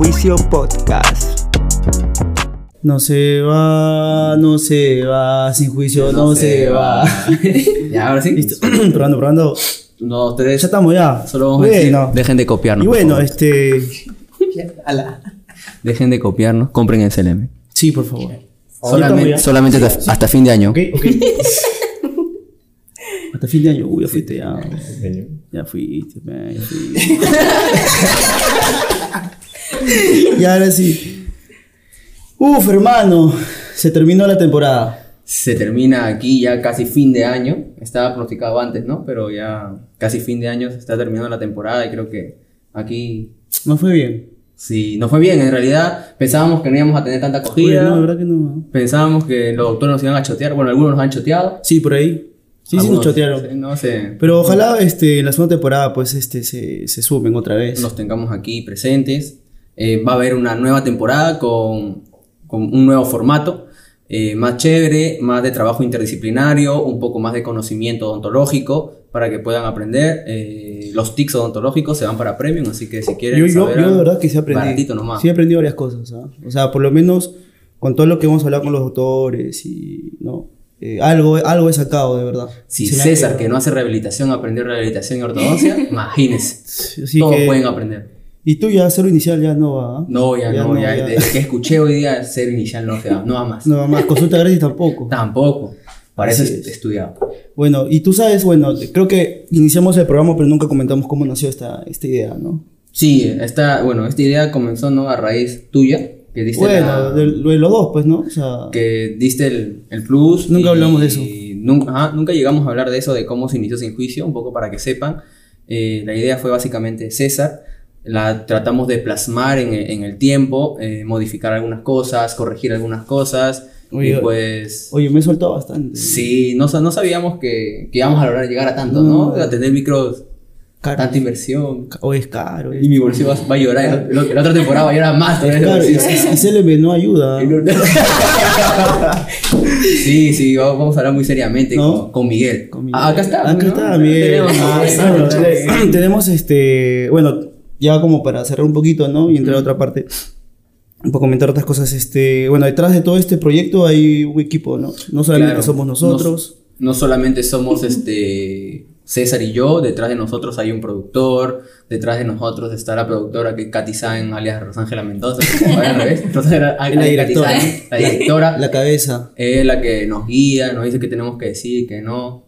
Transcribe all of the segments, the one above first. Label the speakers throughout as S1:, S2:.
S1: Vicio Podcast.
S2: No se va, no se va, sin juicio no, se, va.
S3: ya, ahora sí.
S2: Listo, probando, probando.
S3: Uno,
S2: Ya
S3: tres.
S2: estamos ya.
S3: Solo vamos a decir,
S2: bueno.
S3: dejen de copiarnos.
S2: Y
S3: por
S2: bueno,
S3: favor.
S2: este.
S3: Dejen de copiarnos. Compren SLM.
S2: Sí, por favor. Oh,
S3: Solamente,
S2: estamos ya.
S3: solamente hasta, hasta fin de año.
S2: Ok, ok. Hasta fin de año, uy, ya fuiste ya. Ya fuiste, man, ya fuiste. y ahora sí. Uf, hermano, se terminó la temporada.
S3: Se termina aquí ya casi fin de año. Estaba pronosticado antes, ¿no? Pero ya casi fin de año se está terminando la temporada y creo que aquí
S2: No fue bien.
S3: sí nos fue bien. En realidad pensábamos que no íbamos a tener tanta
S2: Oye,
S3: acogida.
S2: no, la verdad que no.
S3: pensábamos que los doctores nos iban a chotear. Bueno, algunos nos han choteado.
S2: Sí, por ahí. Sí, sí, nos
S3: Algunos,
S2: chotearon.
S3: sí, No sé.
S2: Pero ojalá este, en la segunda temporada pues este, se, se sumen otra vez.
S3: nos tengamos aquí presentes. Eh, va a haber una nueva temporada con, con un nuevo formato, eh, más chévere, más de trabajo interdisciplinario, un poco más de conocimiento odontológico para que puedan aprender. Eh, los tics odontológicos se van para premium, así que si quieren
S2: yo, yo,
S3: saber
S2: yo de
S3: algo,
S2: verdad que sí aprendí.
S3: baratito nomás.
S2: Sí he aprendido varias cosas. ¿ah? O sea, por lo menos con todo lo que hemos hablado con los autores y no. Eh, algo, algo he sacado, de verdad.
S3: Si
S2: Se me ha
S3: César,
S2: quedado.
S3: que no hace rehabilitación, aprendió rehabilitación y ortodoncia, imagínense.
S2: Así
S3: Todos
S2: que-
S3: pueden aprender.
S2: Y tú ya, cero inicial ya no va. ¿ah?
S3: No, ya, no, ya, Desde que escuché hoy día, ser inicial no se va, no va más.
S2: No va más. Consulta gratis tampoco.
S3: Tampoco. Para
S2: Así
S3: eso es
S2: es.
S3: estudiado.
S2: Bueno, y tú sabes, bueno, creo que iniciamos el programa, pero nunca comentamos cómo nació esta, esta idea, ¿no?
S3: Sí, esta, bueno, esta idea comenzó ¿no? a raíz tuya, que diste,
S2: Bueno,
S3: la-
S2: de, de los dos, pues, ¿no? O sea,
S3: que diste el, el plus.
S2: Nunca
S3: y-
S2: hablamos de eso.
S3: y Nunca, ajá, nunca llegamos a hablar de eso, de cómo se inició sin juicio, un poco para que sepan. Eh, la idea fue básicamente César, la tratamos de plasmar en, e- en el tiempo, eh, modificar algunas cosas, corregir algunas cosas,
S2: Oye,
S3: y pues...
S2: oye, me he soltado bastante.
S3: Sí, no, sa- no sabíamos que, que íbamos a lograr llegar a tanto,
S2: No.
S3: ¿no? A tener micros,
S2: Caro.
S3: tanta inversión.
S2: O es caro.
S3: Y mi bolsillo va, va a llorar. El- el- La otra temporada va a llorar más todavía.
S2: Claro, y,
S3: el
S2: y CLM no ayuda.
S3: bolsillo. sí, sí, va- vamos a hablar muy seriamente
S2: ¿No?
S3: con, con Miguel.
S2: Con Miguel.
S3: Ah, acá está.
S2: Acá
S3: ¿no?
S2: está, Miguel.
S3: Tenemos-
S2: Ah, bueno, Tenemos este. Bueno, ya como para cerrar un poquito, ¿no? Y entrar a otra parte. Para comentar otras cosas, este. Bueno, detrás de todo este proyecto hay un equipo, ¿no? No solamente
S3: Claro,
S2: somos nosotros.
S3: No, no solamente somos este César y yo, detrás de nosotros hay un productor, detrás de nosotros está la productora que es Katy Sain, alias Rosángela Mendoza. Ahora al revés. Rosángela- alias Katy
S2: directora.
S3: Sain, la directora.
S2: La cabeza.
S3: Es la que nos guía, nos dice qué tenemos que decir, que no,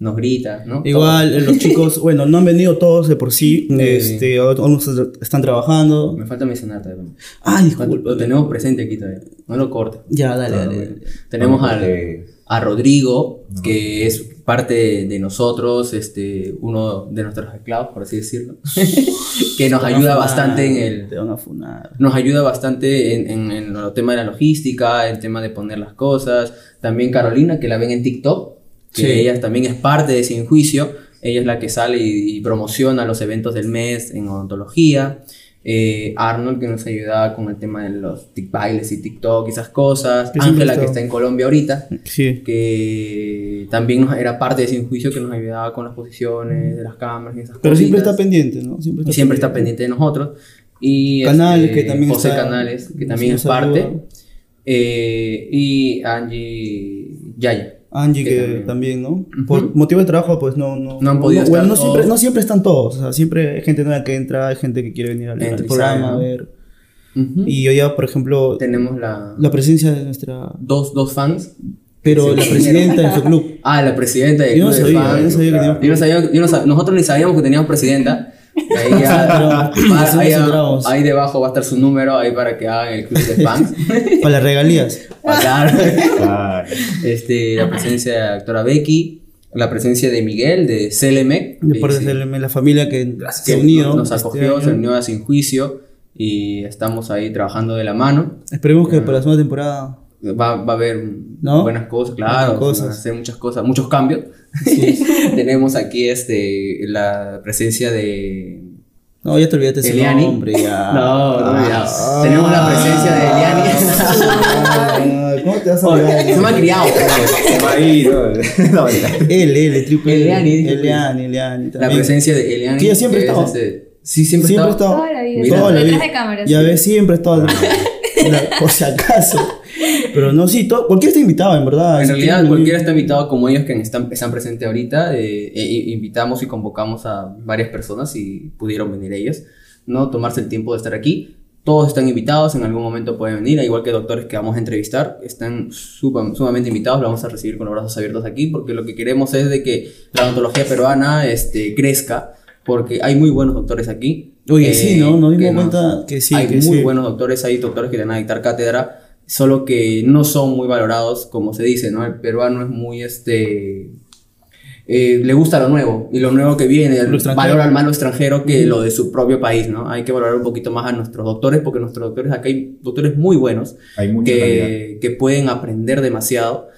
S3: nos grita, ¿no?
S2: Igual, eh, los chicos, bueno, no han venido todos de por sí. Este, algunos están
S3: Todo.
S2: trabajando.
S3: Me falta mencionar también.
S2: Ay,
S3: Lo
S2: disculpa.
S3: tenemos presente aquí todavía. No lo cortes.
S2: Ya, dale, dale. dale.
S3: Tenemos
S4: Porque-
S3: al, a Rodrigo, que es parte de nosotros, este, uno de nuestros esclavos, por así decirlo, que nos
S2: Te van a
S3: ayuda
S2: funar,
S3: bastante en el,
S2: Te van a funar.
S3: nos ayuda bastante en, en, en el tema de la logística, el tema de poner las cosas. También Carolina, que la ven en TikTok, que
S2: Sí.
S3: ella también es parte de Sin Juicio. Ella es la que sale y, y promociona los eventos del mes en odontología. Eh, Arnold, que nos ayuda con el tema de los tic bailes y TikTok y esas cosas.
S2: Que siempre
S3: Ángela, que
S2: está.
S3: está en Colombia ahorita,
S2: Sí.
S3: que también nos- era parte de Sin Juicio, que nos ayudaba con las posiciones de las cámaras y esas cosas.
S2: Pero siempre está pendiente, ¿no? Siempre
S3: Y siempre está pendiente de nosotros. Y
S2: Canales,
S3: este,
S2: que también
S3: José
S2: está-
S3: Canales, que
S2: nos-
S3: también
S2: nos
S3: es parte.
S2: ayuda.
S3: Eh, y Angie Yaya.
S2: Angie,
S3: que
S2: que
S3: también-
S2: también, ¿no? Por motivo de trabajo, pues no. No,
S3: No han podido
S2: bueno,
S3: estar
S2: no siempre,
S3: todos.
S2: no siempre están todos. O sea, siempre hay gente nueva que entra, hay gente que quiere venir al, al
S3: Entra y
S2: programa a
S3: sale,
S2: ver. Y hoy ya, por ejemplo,
S3: Tenemos la,
S2: la presencia de nuestra.
S3: dos, dos fans.
S2: Pero
S3: Sí,
S2: la
S3: sí.
S2: presidenta de su club.
S3: Ah, la presidenta del
S2: Yo no
S3: club de
S2: sabía,
S3: fans.
S2: yo no sabía que tenía-
S3: Yo no sabía- yo no sab- nosotros ni sabíamos que teníamos presidenta. Ahí, ya-
S2: Pero,
S3: va-
S2: nosotros
S3: ahí ya-
S2: entramos.
S3: ahí debajo va a estar su número ahí para que hagan el club de fans.
S2: Para las regalías.
S3: Para dar-
S4: Claro.
S3: este, la presencia de la doctora Becky, la presencia de Miguel, de CLM.
S2: De
S3: eh,
S2: por
S3: sí,
S2: decirme, la familia que se
S3: que
S2: unió.
S3: Nos
S2: este
S3: acogió,
S2: año.
S3: se unió a Sin Juicio y estamos ahí trabajando de la mano.
S2: Esperemos que para la segunda temporada.
S3: Va, va a haber
S2: ¿No?
S3: buenas cosas, claro.
S2: Buenas
S3: se van a
S2: cosas.
S3: hacer muchas cosas, muchos cambios. Tenemos aquí este, la presencia de.
S2: No, ya te olvidaste ese
S3: Eliani.
S2: nombre. Ya.
S3: No, no, ya.
S2: Ah.
S3: Tenemos la presencia de
S2: Ah, ¿Cómo te vas a olvidar?
S3: Se me ha criado. pues.
S4: Ahí, no, no,
S2: L, L, triple L.
S3: Eliani,
S2: Eliani, Eliani
S3: la
S2: también.
S3: presencia de Eliani.
S2: Que ella siempre
S3: que es,
S2: estaba.
S3: este, Sí, siempre,
S2: Siempre he
S3: estaba-
S2: estado.
S1: Toda la vida.
S3: Mira.
S2: Toda la
S1: Detrás
S2: vida.
S1: de cámaras.
S2: Ya ves, siempre he estado. detrás. Mira, por si acaso. Pero no, sí, todo, cualquiera está invitado, en verdad.
S3: En
S2: Si
S3: realidad,
S2: quieren
S3: cualquiera
S2: venir.
S3: está invitado, como ellos que están, están presentes ahorita. eh, e- e- invitamos y convocamos a varias personas y pudieron venir ellos, ¿no? Tomarse el tiempo de estar aquí. Todos están invitados, en algún momento pueden venir, al igual que doctores que vamos a entrevistar, están suma- sumamente invitados, los vamos a recibir con los brazos abiertos aquí, porque lo que queremos es de que la odontología peruana este, crezca, porque hay muy buenos doctores aquí. eh,
S2: Oye, sí, ¿no? Nos
S3: que
S2: dimos cuenta que sí,
S3: Hay
S2: que
S3: muy
S2: sí.
S3: buenos doctores, hay doctores que te van a dictar cátedra, solo que no son muy valorados, como se dice, ¿no? El peruano es muy, este... eh, le gusta lo nuevo y lo nuevo que viene,
S2: Lo
S3: el
S2: extranjero.
S3: valor al malo extranjero que lo de su propio país, ¿no? Hay que valorar un poquito más a nuestros doctores porque nuestros doctores, acá hay doctores muy buenos
S4: Hay mucha calidad.
S3: que, que pueden aprender demasiado.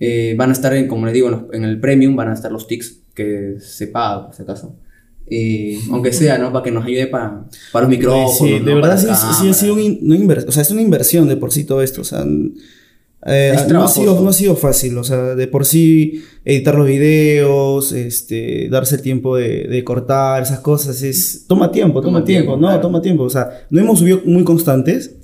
S3: Eh, van a estar, en, como les digo, en, los- en el premium, van a estar los tics que se paga, por si acaso. Eh, aunque sea, ¿no? Para que nos ayude para, para los micrófonos.
S2: Sí, de
S3: ¿no?
S2: verdad
S3: Para
S2: sí,
S3: las
S2: sí ha sido un
S3: cámaras.
S2: in- no inver- o sea, es una inversión de por sí todo esto. O sea, n- eh,
S3: Es
S2: no, ha sido,
S3: trabajoso.
S2: no ha sido fácil. O sea, de por sí editar los videos, este, darse el tiempo de, de cortar, esas cosas, es. Toma tiempo, toma,
S3: Toma
S2: tiempo,
S3: tiempo,
S2: no,
S3: claro.
S2: toma tiempo. O sea, no hemos subido muy constantes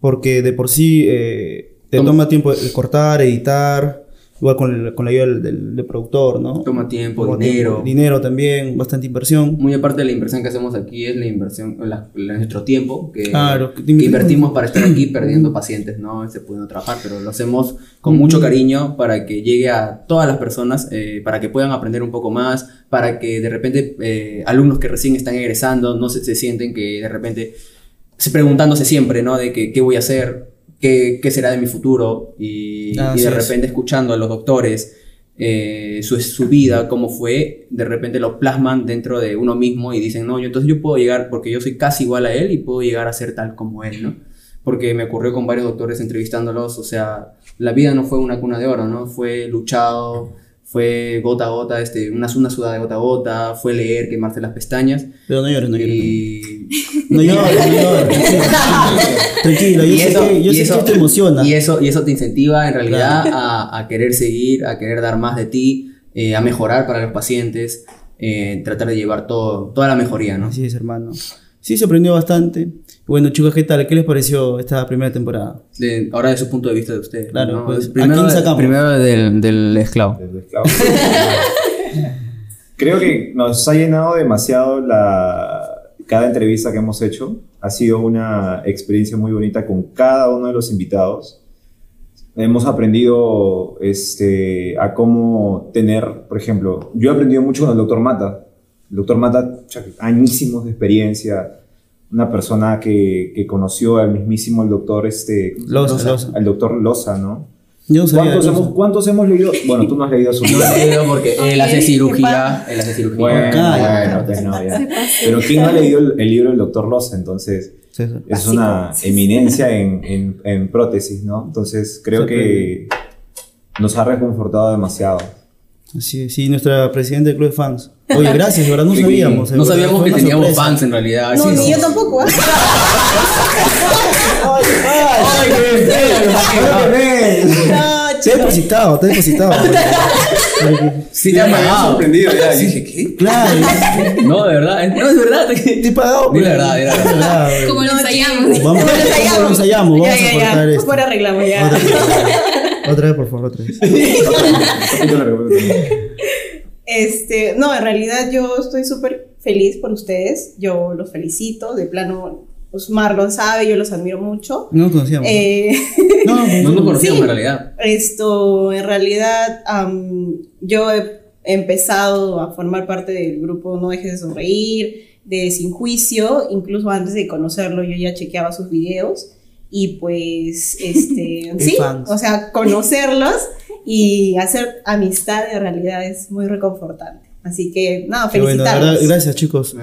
S2: porque de por sí eh, te
S3: Toma-
S2: toma tiempo de cortar, editar. Igual con, el- con la ayuda del, del- del productor, ¿no?
S3: Toma tiempo,
S2: Toma
S3: dinero.
S2: Dinero también, bastante inversión.
S3: Muy aparte de la inversión que hacemos aquí es la inversión, la- la- nuestro tiempo que,
S2: Claro, que
S3: que invertimos para estar aquí perdiendo pacientes, ¿no? Se pueden trabajar, pero lo hacemos con mucho cariño para que llegue a todas las personas, eh, para que puedan aprender un poco más, para que de repente eh, alumnos que recién están egresando no se, se sienten que de repente se- preguntándose siempre, ¿no? De que, qué voy a hacer, qué, qué será de mi futuro y,
S2: Ah,
S3: y
S2: así
S3: de
S2: es.
S3: repente escuchando a los doctores eh, su, su vida, cómo fue, de repente lo plasman dentro de uno mismo y dicen, no, yo entonces yo puedo llegar, porque yo soy casi igual a él y puedo llegar a ser tal como él, ¿no? Porque me ocurrió con varios doctores entrevistándolos, o sea, la vida no fue una cuna de oro, ¿no? Fue luchado, fue gota a gota, este, una, una sudada de gota a gota, fue leer, quemarse las pestañas
S2: Pero no llores, no llores.
S3: y...
S2: No llores, no llores. Tranquilo, yo
S3: Y
S2: sé,
S3: eso-
S2: que, yo
S3: y
S2: sé
S3: eso-
S2: que te emociona.
S3: Y eso, y eso te incentiva en realidad a, a querer seguir, a querer dar más de ti, eh, a mejorar para los pacientes, eh, tratar de llevar todo, toda la mejoría, ¿no?
S2: Así es, hermano. Sí, se aprendió bastante. Bueno, chicos, ¿qué tal? ¿Qué les pareció esta primera temporada?
S3: De- ahora de su punto de vista de usted.
S2: Claro,
S3: ¿no?
S2: pues, ¿a
S3: primero,
S2: quién sacamos?
S3: primero del, del esclavo.
S4: Desde esclavo. Creo que nos ha llenado demasiado la, cada entrevista que hemos hecho. Ha sido una experiencia muy bonita con cada uno de los invitados. Hemos aprendido este, a cómo tener, por ejemplo, yo he aprendido mucho con el doctor Mata. El doctor Mata, cha- añísimos de experiencia, una persona que, que conoció al mismísimo el doctor, este, ¿cómo se
S2: Loza,
S4: llama?
S2: Loza.
S4: al doctor Loza, ¿no?
S2: Yo no sabía.
S4: ¿Cuántos
S2: no
S4: hemos,
S2: sé.
S4: ¿Cuántos hemos leído? Bueno, tú no has leído su
S3: No
S4: libro.
S3: le digo porque él hace
S1: Oye, ¿qué
S3: cirugía,
S1: pasa?
S3: él hace cirugía.
S4: Bueno,
S2: Cállate.
S4: bueno, pues no, ya.
S1: Se pasó.
S4: Pero ¿quién no ha leído el, el libro del doctor Loza? Entonces,
S2: Sí, sí.
S4: es una eminencia en, en- en prótesis, ¿no? Entonces, creo que nos ha reconfortado demasiado.
S2: Así es, sí, nuestra presidenta del club de fans. Oye, gracias, de verdad no
S4: Sí,
S2: sabíamos. de
S3: no
S2: verdad,
S3: sabíamos
S2: fue
S3: que
S2: una
S3: teníamos
S2: sorpresa.
S3: fans en realidad.
S5: No,
S3: sí,
S5: ni yo tampoco. ¿ah?
S2: Ay, ay,
S5: No,
S2: Te he
S5: chicos.
S2: depositado, te he depositado.
S3: Sí, te ha pagado.
S2: claro,
S3: No, de verdad. eh, No, es verdad.
S2: te he pagado.
S3: Di la
S2: pero-
S3: verdad, di la verdad.
S2: Claro.
S1: Como lo
S5: No,
S1: ensayamos.
S2: Vamos a vamos a ensayamos, vamos
S5: Ya, ya,
S2: a
S5: ya.
S2: cortar esto.
S5: Por arreglamos ya.
S2: Otra vez. Otra vez, por favor, otra vez.
S5: Este, no, en realidad yo estoy súper feliz por ustedes. Yo los felicito. De plano, pues Marlon sabe, yo los admiro mucho.
S2: No nos conocíamos.
S5: Eh,
S2: no, no,
S3: No
S2: no,
S3: nos conocíamos
S5: Sí.
S3: en realidad.
S5: Esto, en realidad, am, yo he empezado a formar parte del grupo No Dejes de Sonreír, de Sin Juicio, incluso antes de conocerlo yo ya chequeaba sus videos y pues, este, sí,
S2: fans.
S5: o sea, conocerlos y hacer amistad en realidad es muy reconfortante. Así que, nada,
S2: Qué bueno, de verdad,
S5: felicitarlos.
S2: gracias, chicos.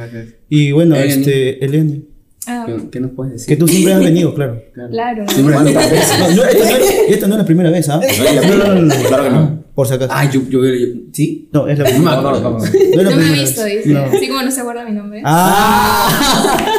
S2: Y bueno,
S3: Eleni.
S2: este, Eleni,
S1: Ah,
S3: ¿Qué, qué nos puedes
S2: que
S3: decir?
S2: tú siempre has venido, claro.
S1: claro.
S3: Siempre-
S2: No, no, esta, no es, esta no es la primera vez, ¿ah? No, no, no, no,
S4: Claro que no.
S2: Por si acaso.
S3: Ah, yo, yo, yo- ¿Sí?
S2: No, es la
S3: No me
S2: primera.
S3: acuerdo.
S4: No,
S2: No,
S4: no, no.
S2: es la
S1: No me ha
S2: primera
S1: visto,
S2: vez.
S1: dice.
S2: No.
S1: Así como no se acuerda mi nombre.
S2: Ah.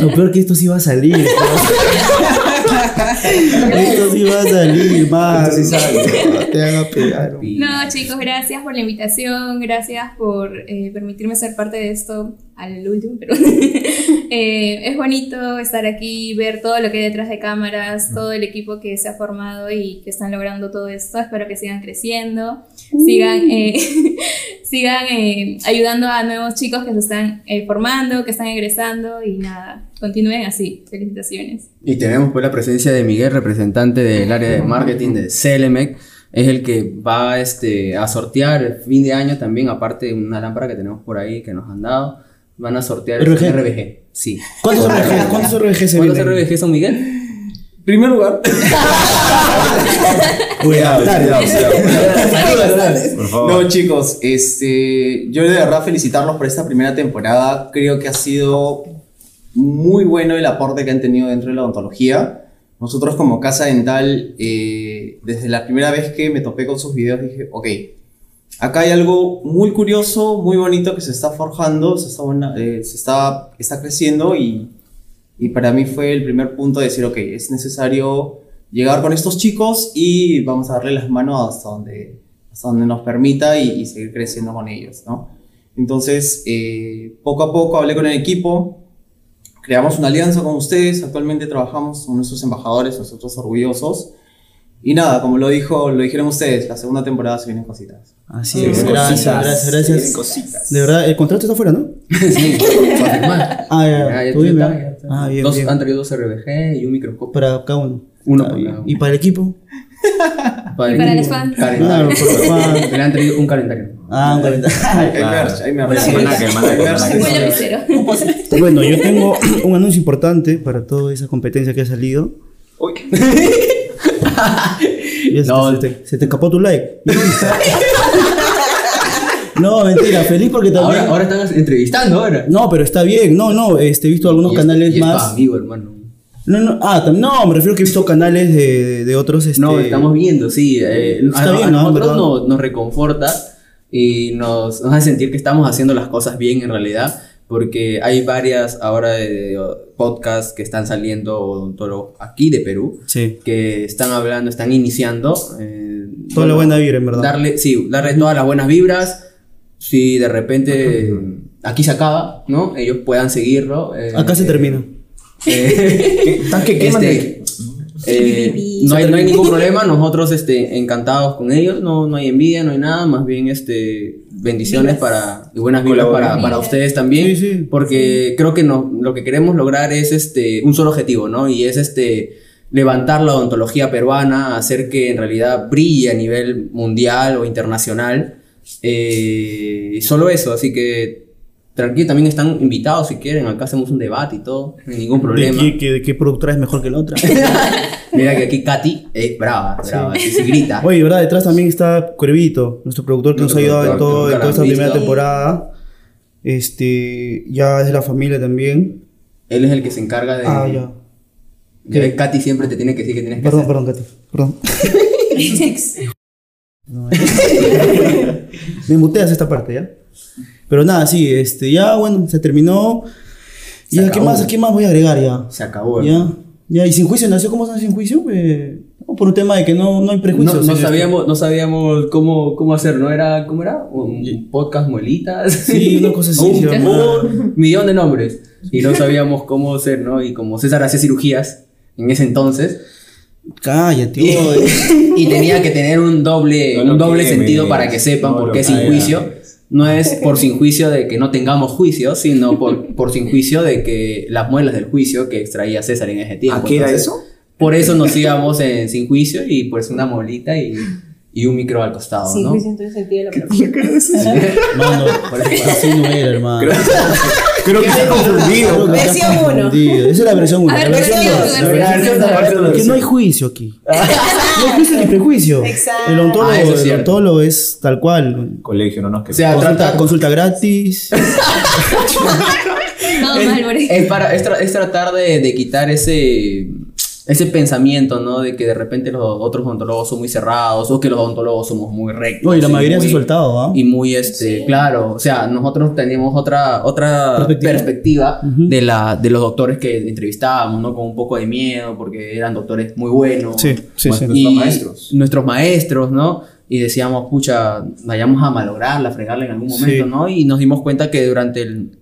S2: Lo peor que esto sí va a salir. ¿no? pues. Esto sí va a salir, más.
S4: Esto sí sale.
S2: Te van a pegar. ¿no?
S1: No, chicos, gracias por la invitación, gracias por eh, permitirme ser parte de esto al último, pero eh, es bonito estar aquí, ver todo lo que hay detrás de cámaras, todo el equipo que se ha formado y que están logrando todo esto. Espero que sigan creciendo, sigan, eh, sigan eh, ayudando a nuevos chicos que se están eh, formando, que están egresando y nada, continúen así. Felicitaciones.
S3: Y tenemos pues la presencia de Miguel, representante del área de marketing de Celemec. Es el que va este, a sortear el fin de año también, aparte de una lámpara que tenemos por ahí que nos han dado. Van a sortear este, el
S2: RBG.
S3: RBG. Sí.
S2: ¿Cuántos RBG? ¿Cuántos RBG se
S3: ¿Cuántos
S2: vienen?
S3: RBG son, Miguel?
S2: Primer lugar.
S4: Cuidado, cuidado, cuidado.
S2: Ah,
S3: Ah,
S4: Por favor.
S6: No, chicos, este, yo de verdad felicitarlos por esta primera temporada. Creo que ha sido muy bueno el aporte que han tenido dentro de la odontología. Nosotros como Casa Dental, eh, desde la primera vez que me topé con sus videos, dije, ok, acá hay algo muy curioso, muy bonito que se está forjando, se está, buena- eh, se está, está creciendo y, y para mí fue el primer punto de decir, ok, es necesario llegar con estos chicos y vamos a darle las manos hasta donde, hasta donde nos permita y, y seguir creciendo con ellos, ¿no? Entonces, eh, poco a poco hablé con el equipo, creamos una alianza con ustedes, actualmente trabajamos con nuestros embajadores, nosotros orgullosos. Y nada, como lo dijo, lo dijeron ustedes, la segunda temporada se vienen cositas.
S2: Así es,
S4: Sí,
S2: gracias,
S4: cositas.
S2: gracias, gracias.
S4: Sí, cositas.
S2: De verdad, el contrato está afuera, ¿no?
S3: sí, para firmar.
S2: Ah,
S3: Ah,
S2: ya,
S3: ya
S2: ya. Tú dime.
S3: está, ya está.
S2: Ah, bien,
S3: dos,
S2: bien.
S3: Han traído dos RBG y un microscopio.
S2: Para cada uno.
S3: Uno
S2: Está
S3: por
S2: bien.
S3: cada uno.
S2: ¿Y para el equipo?
S1: Y para los fans.
S2: Claro,
S3: Calendario.
S2: Ah, por los fans.
S3: Le han traído un calendario.
S2: Ah, un calendario.
S6: Hay
S4: Claro. Pues
S6: merch, hay merch.
S4: Sí, manda que, manda que, manda que.
S1: Fue el lapicero.
S2: Bueno, yo tengo un anuncio importante para toda esa competencia que ha salido.
S4: Uy.
S2: Ya se-
S3: No.
S2: se, te, se te escapó tu like. no, mentira, feliz porque también.
S3: Ahora, ahora están entrevistando ahora.
S2: No, pero está bien. No, no, este, he visto algunos
S3: Y es-
S2: canales
S3: y es pa'
S2: más.
S3: amigo, hermano.
S2: No, no, ah, tam- no, me refiero que he visto canales de, de- de otros. Este,
S3: No, estamos viendo, sí. eh,
S2: Está
S3: a- a,
S2: bien,
S3: a
S2: ¿no?
S3: nosotros
S2: ¿Verdad?
S3: nos, nos reconforta y nos, nos hace sentir que estamos haciendo las cosas bien en realidad, porque hay varias ahora de, de podcasts que están saliendo odontólogos aquí de Perú,
S2: Sí.
S3: que están hablando, están iniciando. eh,
S2: Toda la buena vibra, en verdad.
S3: Darle, sí, darle todas las buenas vibras. Si de repente aquí se acaba, ¿no? Ellos puedan seguirlo. eh,
S2: Acá se
S3: eh,
S2: termina.
S3: eh,
S4: Estás que queman
S3: este, eh,
S5: Sí,
S3: no, hay, no hay ningún problema, nosotros este, encantados con ellos, no, no hay envidia, no hay nada, más bien este, bendiciones para, y buenas vibras para,
S4: Colaborar.
S3: para ustedes también,
S2: Sí, sí.
S3: porque creo que no, lo que queremos lograr es este, un solo objetivo, ¿no? Y es este, levantar la odontología peruana, hacer que en realidad brille a nivel mundial o internacional. Eh, y solo eso, así que tranquilo, también están invitados si quieren, acá hacemos un debate y todo, no hay ningún
S2: ¿De
S3: problema.
S2: qué, qué, de qué productora es mejor que la otra?
S3: Mira que aquí Katy es brava, brava, sí, sí grita.
S2: Oye, ¿verdad? Detrás también está Cuervito, nuestro productor que nos ha
S3: Nuestro
S2: ayudado en,
S3: productor,
S2: todo,
S3: que
S2: en
S3: nunca
S2: toda esta
S3: lo han
S2: primera
S3: visto.
S2: temporada. Este, ya es de la familia también.
S3: Él es el que se encarga de...
S2: Ah, ya.
S3: Ya ves, Katy siempre te tiene que decir que tienes que
S2: Perdón,
S3: hacer.
S2: perdón, Katy. Perdón. eh. Me muteas esta parte, ¿ya? Pero nada, sí, este, ya, bueno, se terminó.
S3: Se
S2: ya, ¿qué
S3: acabó.
S2: más, ¿qué más voy a agregar ya?
S3: Se acabó. ¿no?
S2: Ya, ya, y sin juicio, ¿nació cómo nació sin juicio? Eh, no, por un tema de que no, no hay
S3: No,
S2: prejuicios.
S3: no
S2: en este esto.
S3: sabíamos, no sabíamos cómo, cómo hacer, ¿no? Era, ¿cómo era? Un podcast muelitas.
S2: Sí, una cosa así, se
S3: un,
S2: llamaba.
S3: un millón de nombres. Y no sabíamos cómo hacer, ¿no? Y como César hacía cirugías en ese entonces,
S2: Cállate,
S3: y,
S2: oye.
S3: y tenía que tener un doble,
S4: No lo
S3: un doble
S4: quemes,
S3: sentido para que sepan
S4: no
S3: por
S4: lo
S3: qué sin
S4: caigas.
S3: juicio. No es por sin juicio de que no tengamos juicio, sino por, por sin juicio de que las muelas del juicio que extraía César en ese tiempo.
S4: ¿A qué era
S3: Entonces,
S4: eso?
S3: Por eso nos íbamos en- sin juicio y pues una molita y, y un micro al costado,
S5: Sí,
S3: ¿no?
S5: juicio, entonces sentido la pregunta.
S2: No, no, así no era, hermano.
S4: Creo que se ha confundido.
S2: Creo que
S5: Versión
S2: estás
S5: uno.
S2: confundido. Esa es la versión 1.
S1: A ver,
S2: La versión
S1: versión
S2: 2.
S1: dos,
S2: La
S1: versión
S2: versión
S1: dos.
S2: dos. Porque no hay juicio aquí. No hay juicio ni prejuicio.
S5: Exacto.
S2: El ontólogo,
S3: Ah, eso es
S2: el
S3: cierto.
S2: ontólogo es tal cual.
S4: Colegio, no nos quememos.
S3: O sea,
S2: Consulta,
S3: trata-
S2: consulta gratis.
S1: Todo mal por ahí.
S3: Es, para, es, tra- es tratar de, de quitar ese, ese pensamiento, ¿no? De que de repente los otros odontólogos son muy cerrados o que los odontólogos somos muy rectos.
S2: No, y la mayoría se
S3: muy-
S2: ha soltado, ¿ah?
S3: Y muy, este, claro, o sea, nosotros teníamos otra, otra
S2: Perspectiva.
S3: perspectiva,
S2: Ujú.
S3: de, la, de los doctores que entrevistábamos, ¿no? Con un poco de miedo porque eran doctores muy buenos.
S2: Sí, sí, sí.
S4: Bueno, Nuestros maestros.
S3: Nuestros maestros, ¿no? Y decíamos, pucha, vayamos a malograrla, a fregarla en algún
S2: Sí.
S3: momento, ¿no? Y nos dimos cuenta que durante el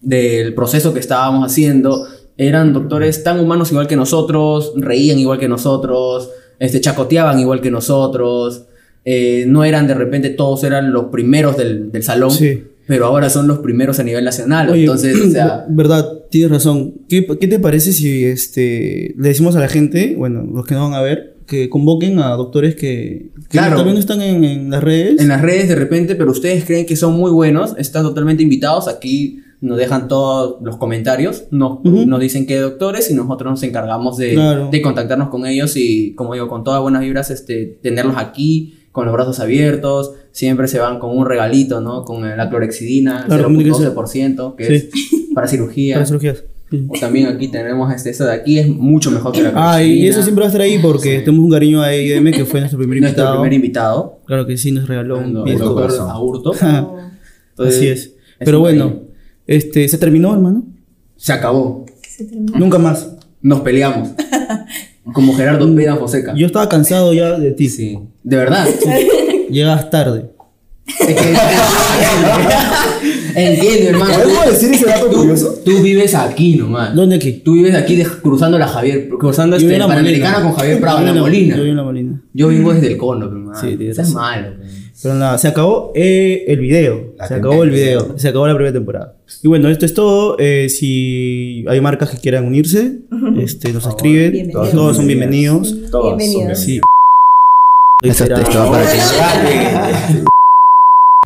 S3: del proceso que estábamos haciendo eran doctores tan humanos igual que nosotros, reían igual que nosotros, este, chacoteaban igual que nosotros, eh, no eran de repente todos eran los primeros del, del salón,
S2: Sí.
S3: pero ahora son los primeros a nivel nacional.
S2: Oye,
S3: Entonces, o sea,
S2: verdad, tienes razón. ¿Qué, qué te parece si este, le decimos a la gente, bueno, los que no van a ver, que convoquen a doctores que, que
S3: Claro.
S2: también no están en, en las redes?
S3: en las redes de repente, pero ustedes creen que son muy buenos, están totalmente invitados, aquí nos dejan todos los comentarios, nos,
S2: Ujú.
S3: nos dicen qué doctores y nosotros nos encargamos de,
S2: Claro.
S3: de contactarnos con ellos y, como digo, con todas buenas vibras, este, tenerlos aquí, con los brazos abiertos, siempre se van con un regalito, ¿no? Con eh, la clorexidina,
S2: Claro,
S3: el
S2: comuníquese.
S3: 0.12%, que es para cirugía.
S2: Para cirugías.
S3: También aquí tenemos este, esta de aquí, es mucho mejor que la
S2: Ah, y
S3: clorexidina.
S2: eso siempre va a estar ahí porque
S3: Sí.
S2: tenemos un cariño a IDM que fue nuestro primer
S3: Nuestro
S2: invitado.
S3: primer invitado,
S2: Claro que sí, nos regaló un disco.
S3: el doctor
S4: corazón.
S3: Aburto. Entonces,
S2: Así es. Pero bueno,
S3: increíble.
S2: este, se terminó, hermano.
S3: se acabó.
S1: Se terminó.
S2: Nunca más.
S3: Nos peleamos. Como Gerardo Pérez Joseca.
S2: Mm. Yo estaba cansado ya de ti.
S3: Sí, de verdad.
S2: Llegas tarde.
S3: Es que- Entiendo, hermano.
S4: ¿Podemos
S3: Tú,
S4: decir ese dato curioso?
S3: tú vives aquí nomás.
S2: ¿Dónde aquí?
S3: Tú vives aquí de- cruzando la Javier, cruzando
S2: Yo
S3: este,
S2: en la
S3: Panamericana
S2: Molina.
S3: con Javier Prado,
S2: Yo
S3: en la
S2: Yo
S3: Molina.
S2: vivo en la Molina.
S3: Yo vengo desde el cono, hermano.
S2: Sí, tienes
S3: Estás
S2: razón.
S3: malo. pe.
S2: Pero nada, se acabó eh, el video.
S4: La
S2: se acabó el
S4: temporada.
S2: video. Se acabó la primera temporada. Y bueno, esto es todo. Eh, si hay marcas que quieran unirse, este, nos escriben.
S5: bienvenidos.
S2: Todos son bienvenidos.
S4: Todos son
S5: Bienvenidos.
S2: Sí.
S3: Eso-
S2: Será-
S3: esto va para ti.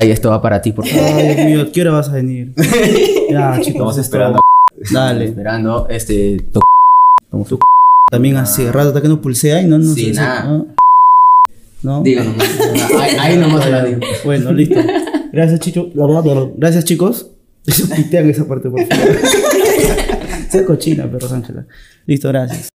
S3: Ahí esto va para ti, por favor.
S2: Ay, Oh, Dios mío, ¿qué hora vas a venir? Ya, chicos.
S4: Estamos
S2: esto-
S4: esperando.
S2: Dale.
S3: Esperando este. to-
S2: También hace rato hasta que nos pulsea y no nos.
S3: Sí,
S2: dice,
S3: nada.
S2: ¿no? ¿No?
S3: Diga nomás. Ahí, ahí nomás se la digo.
S2: Bueno, listo. Gracias, Chicho. Gracias, chicos. Pitean esa parte, por favor. Sea cochina, perros Ángela. Listo, gracias.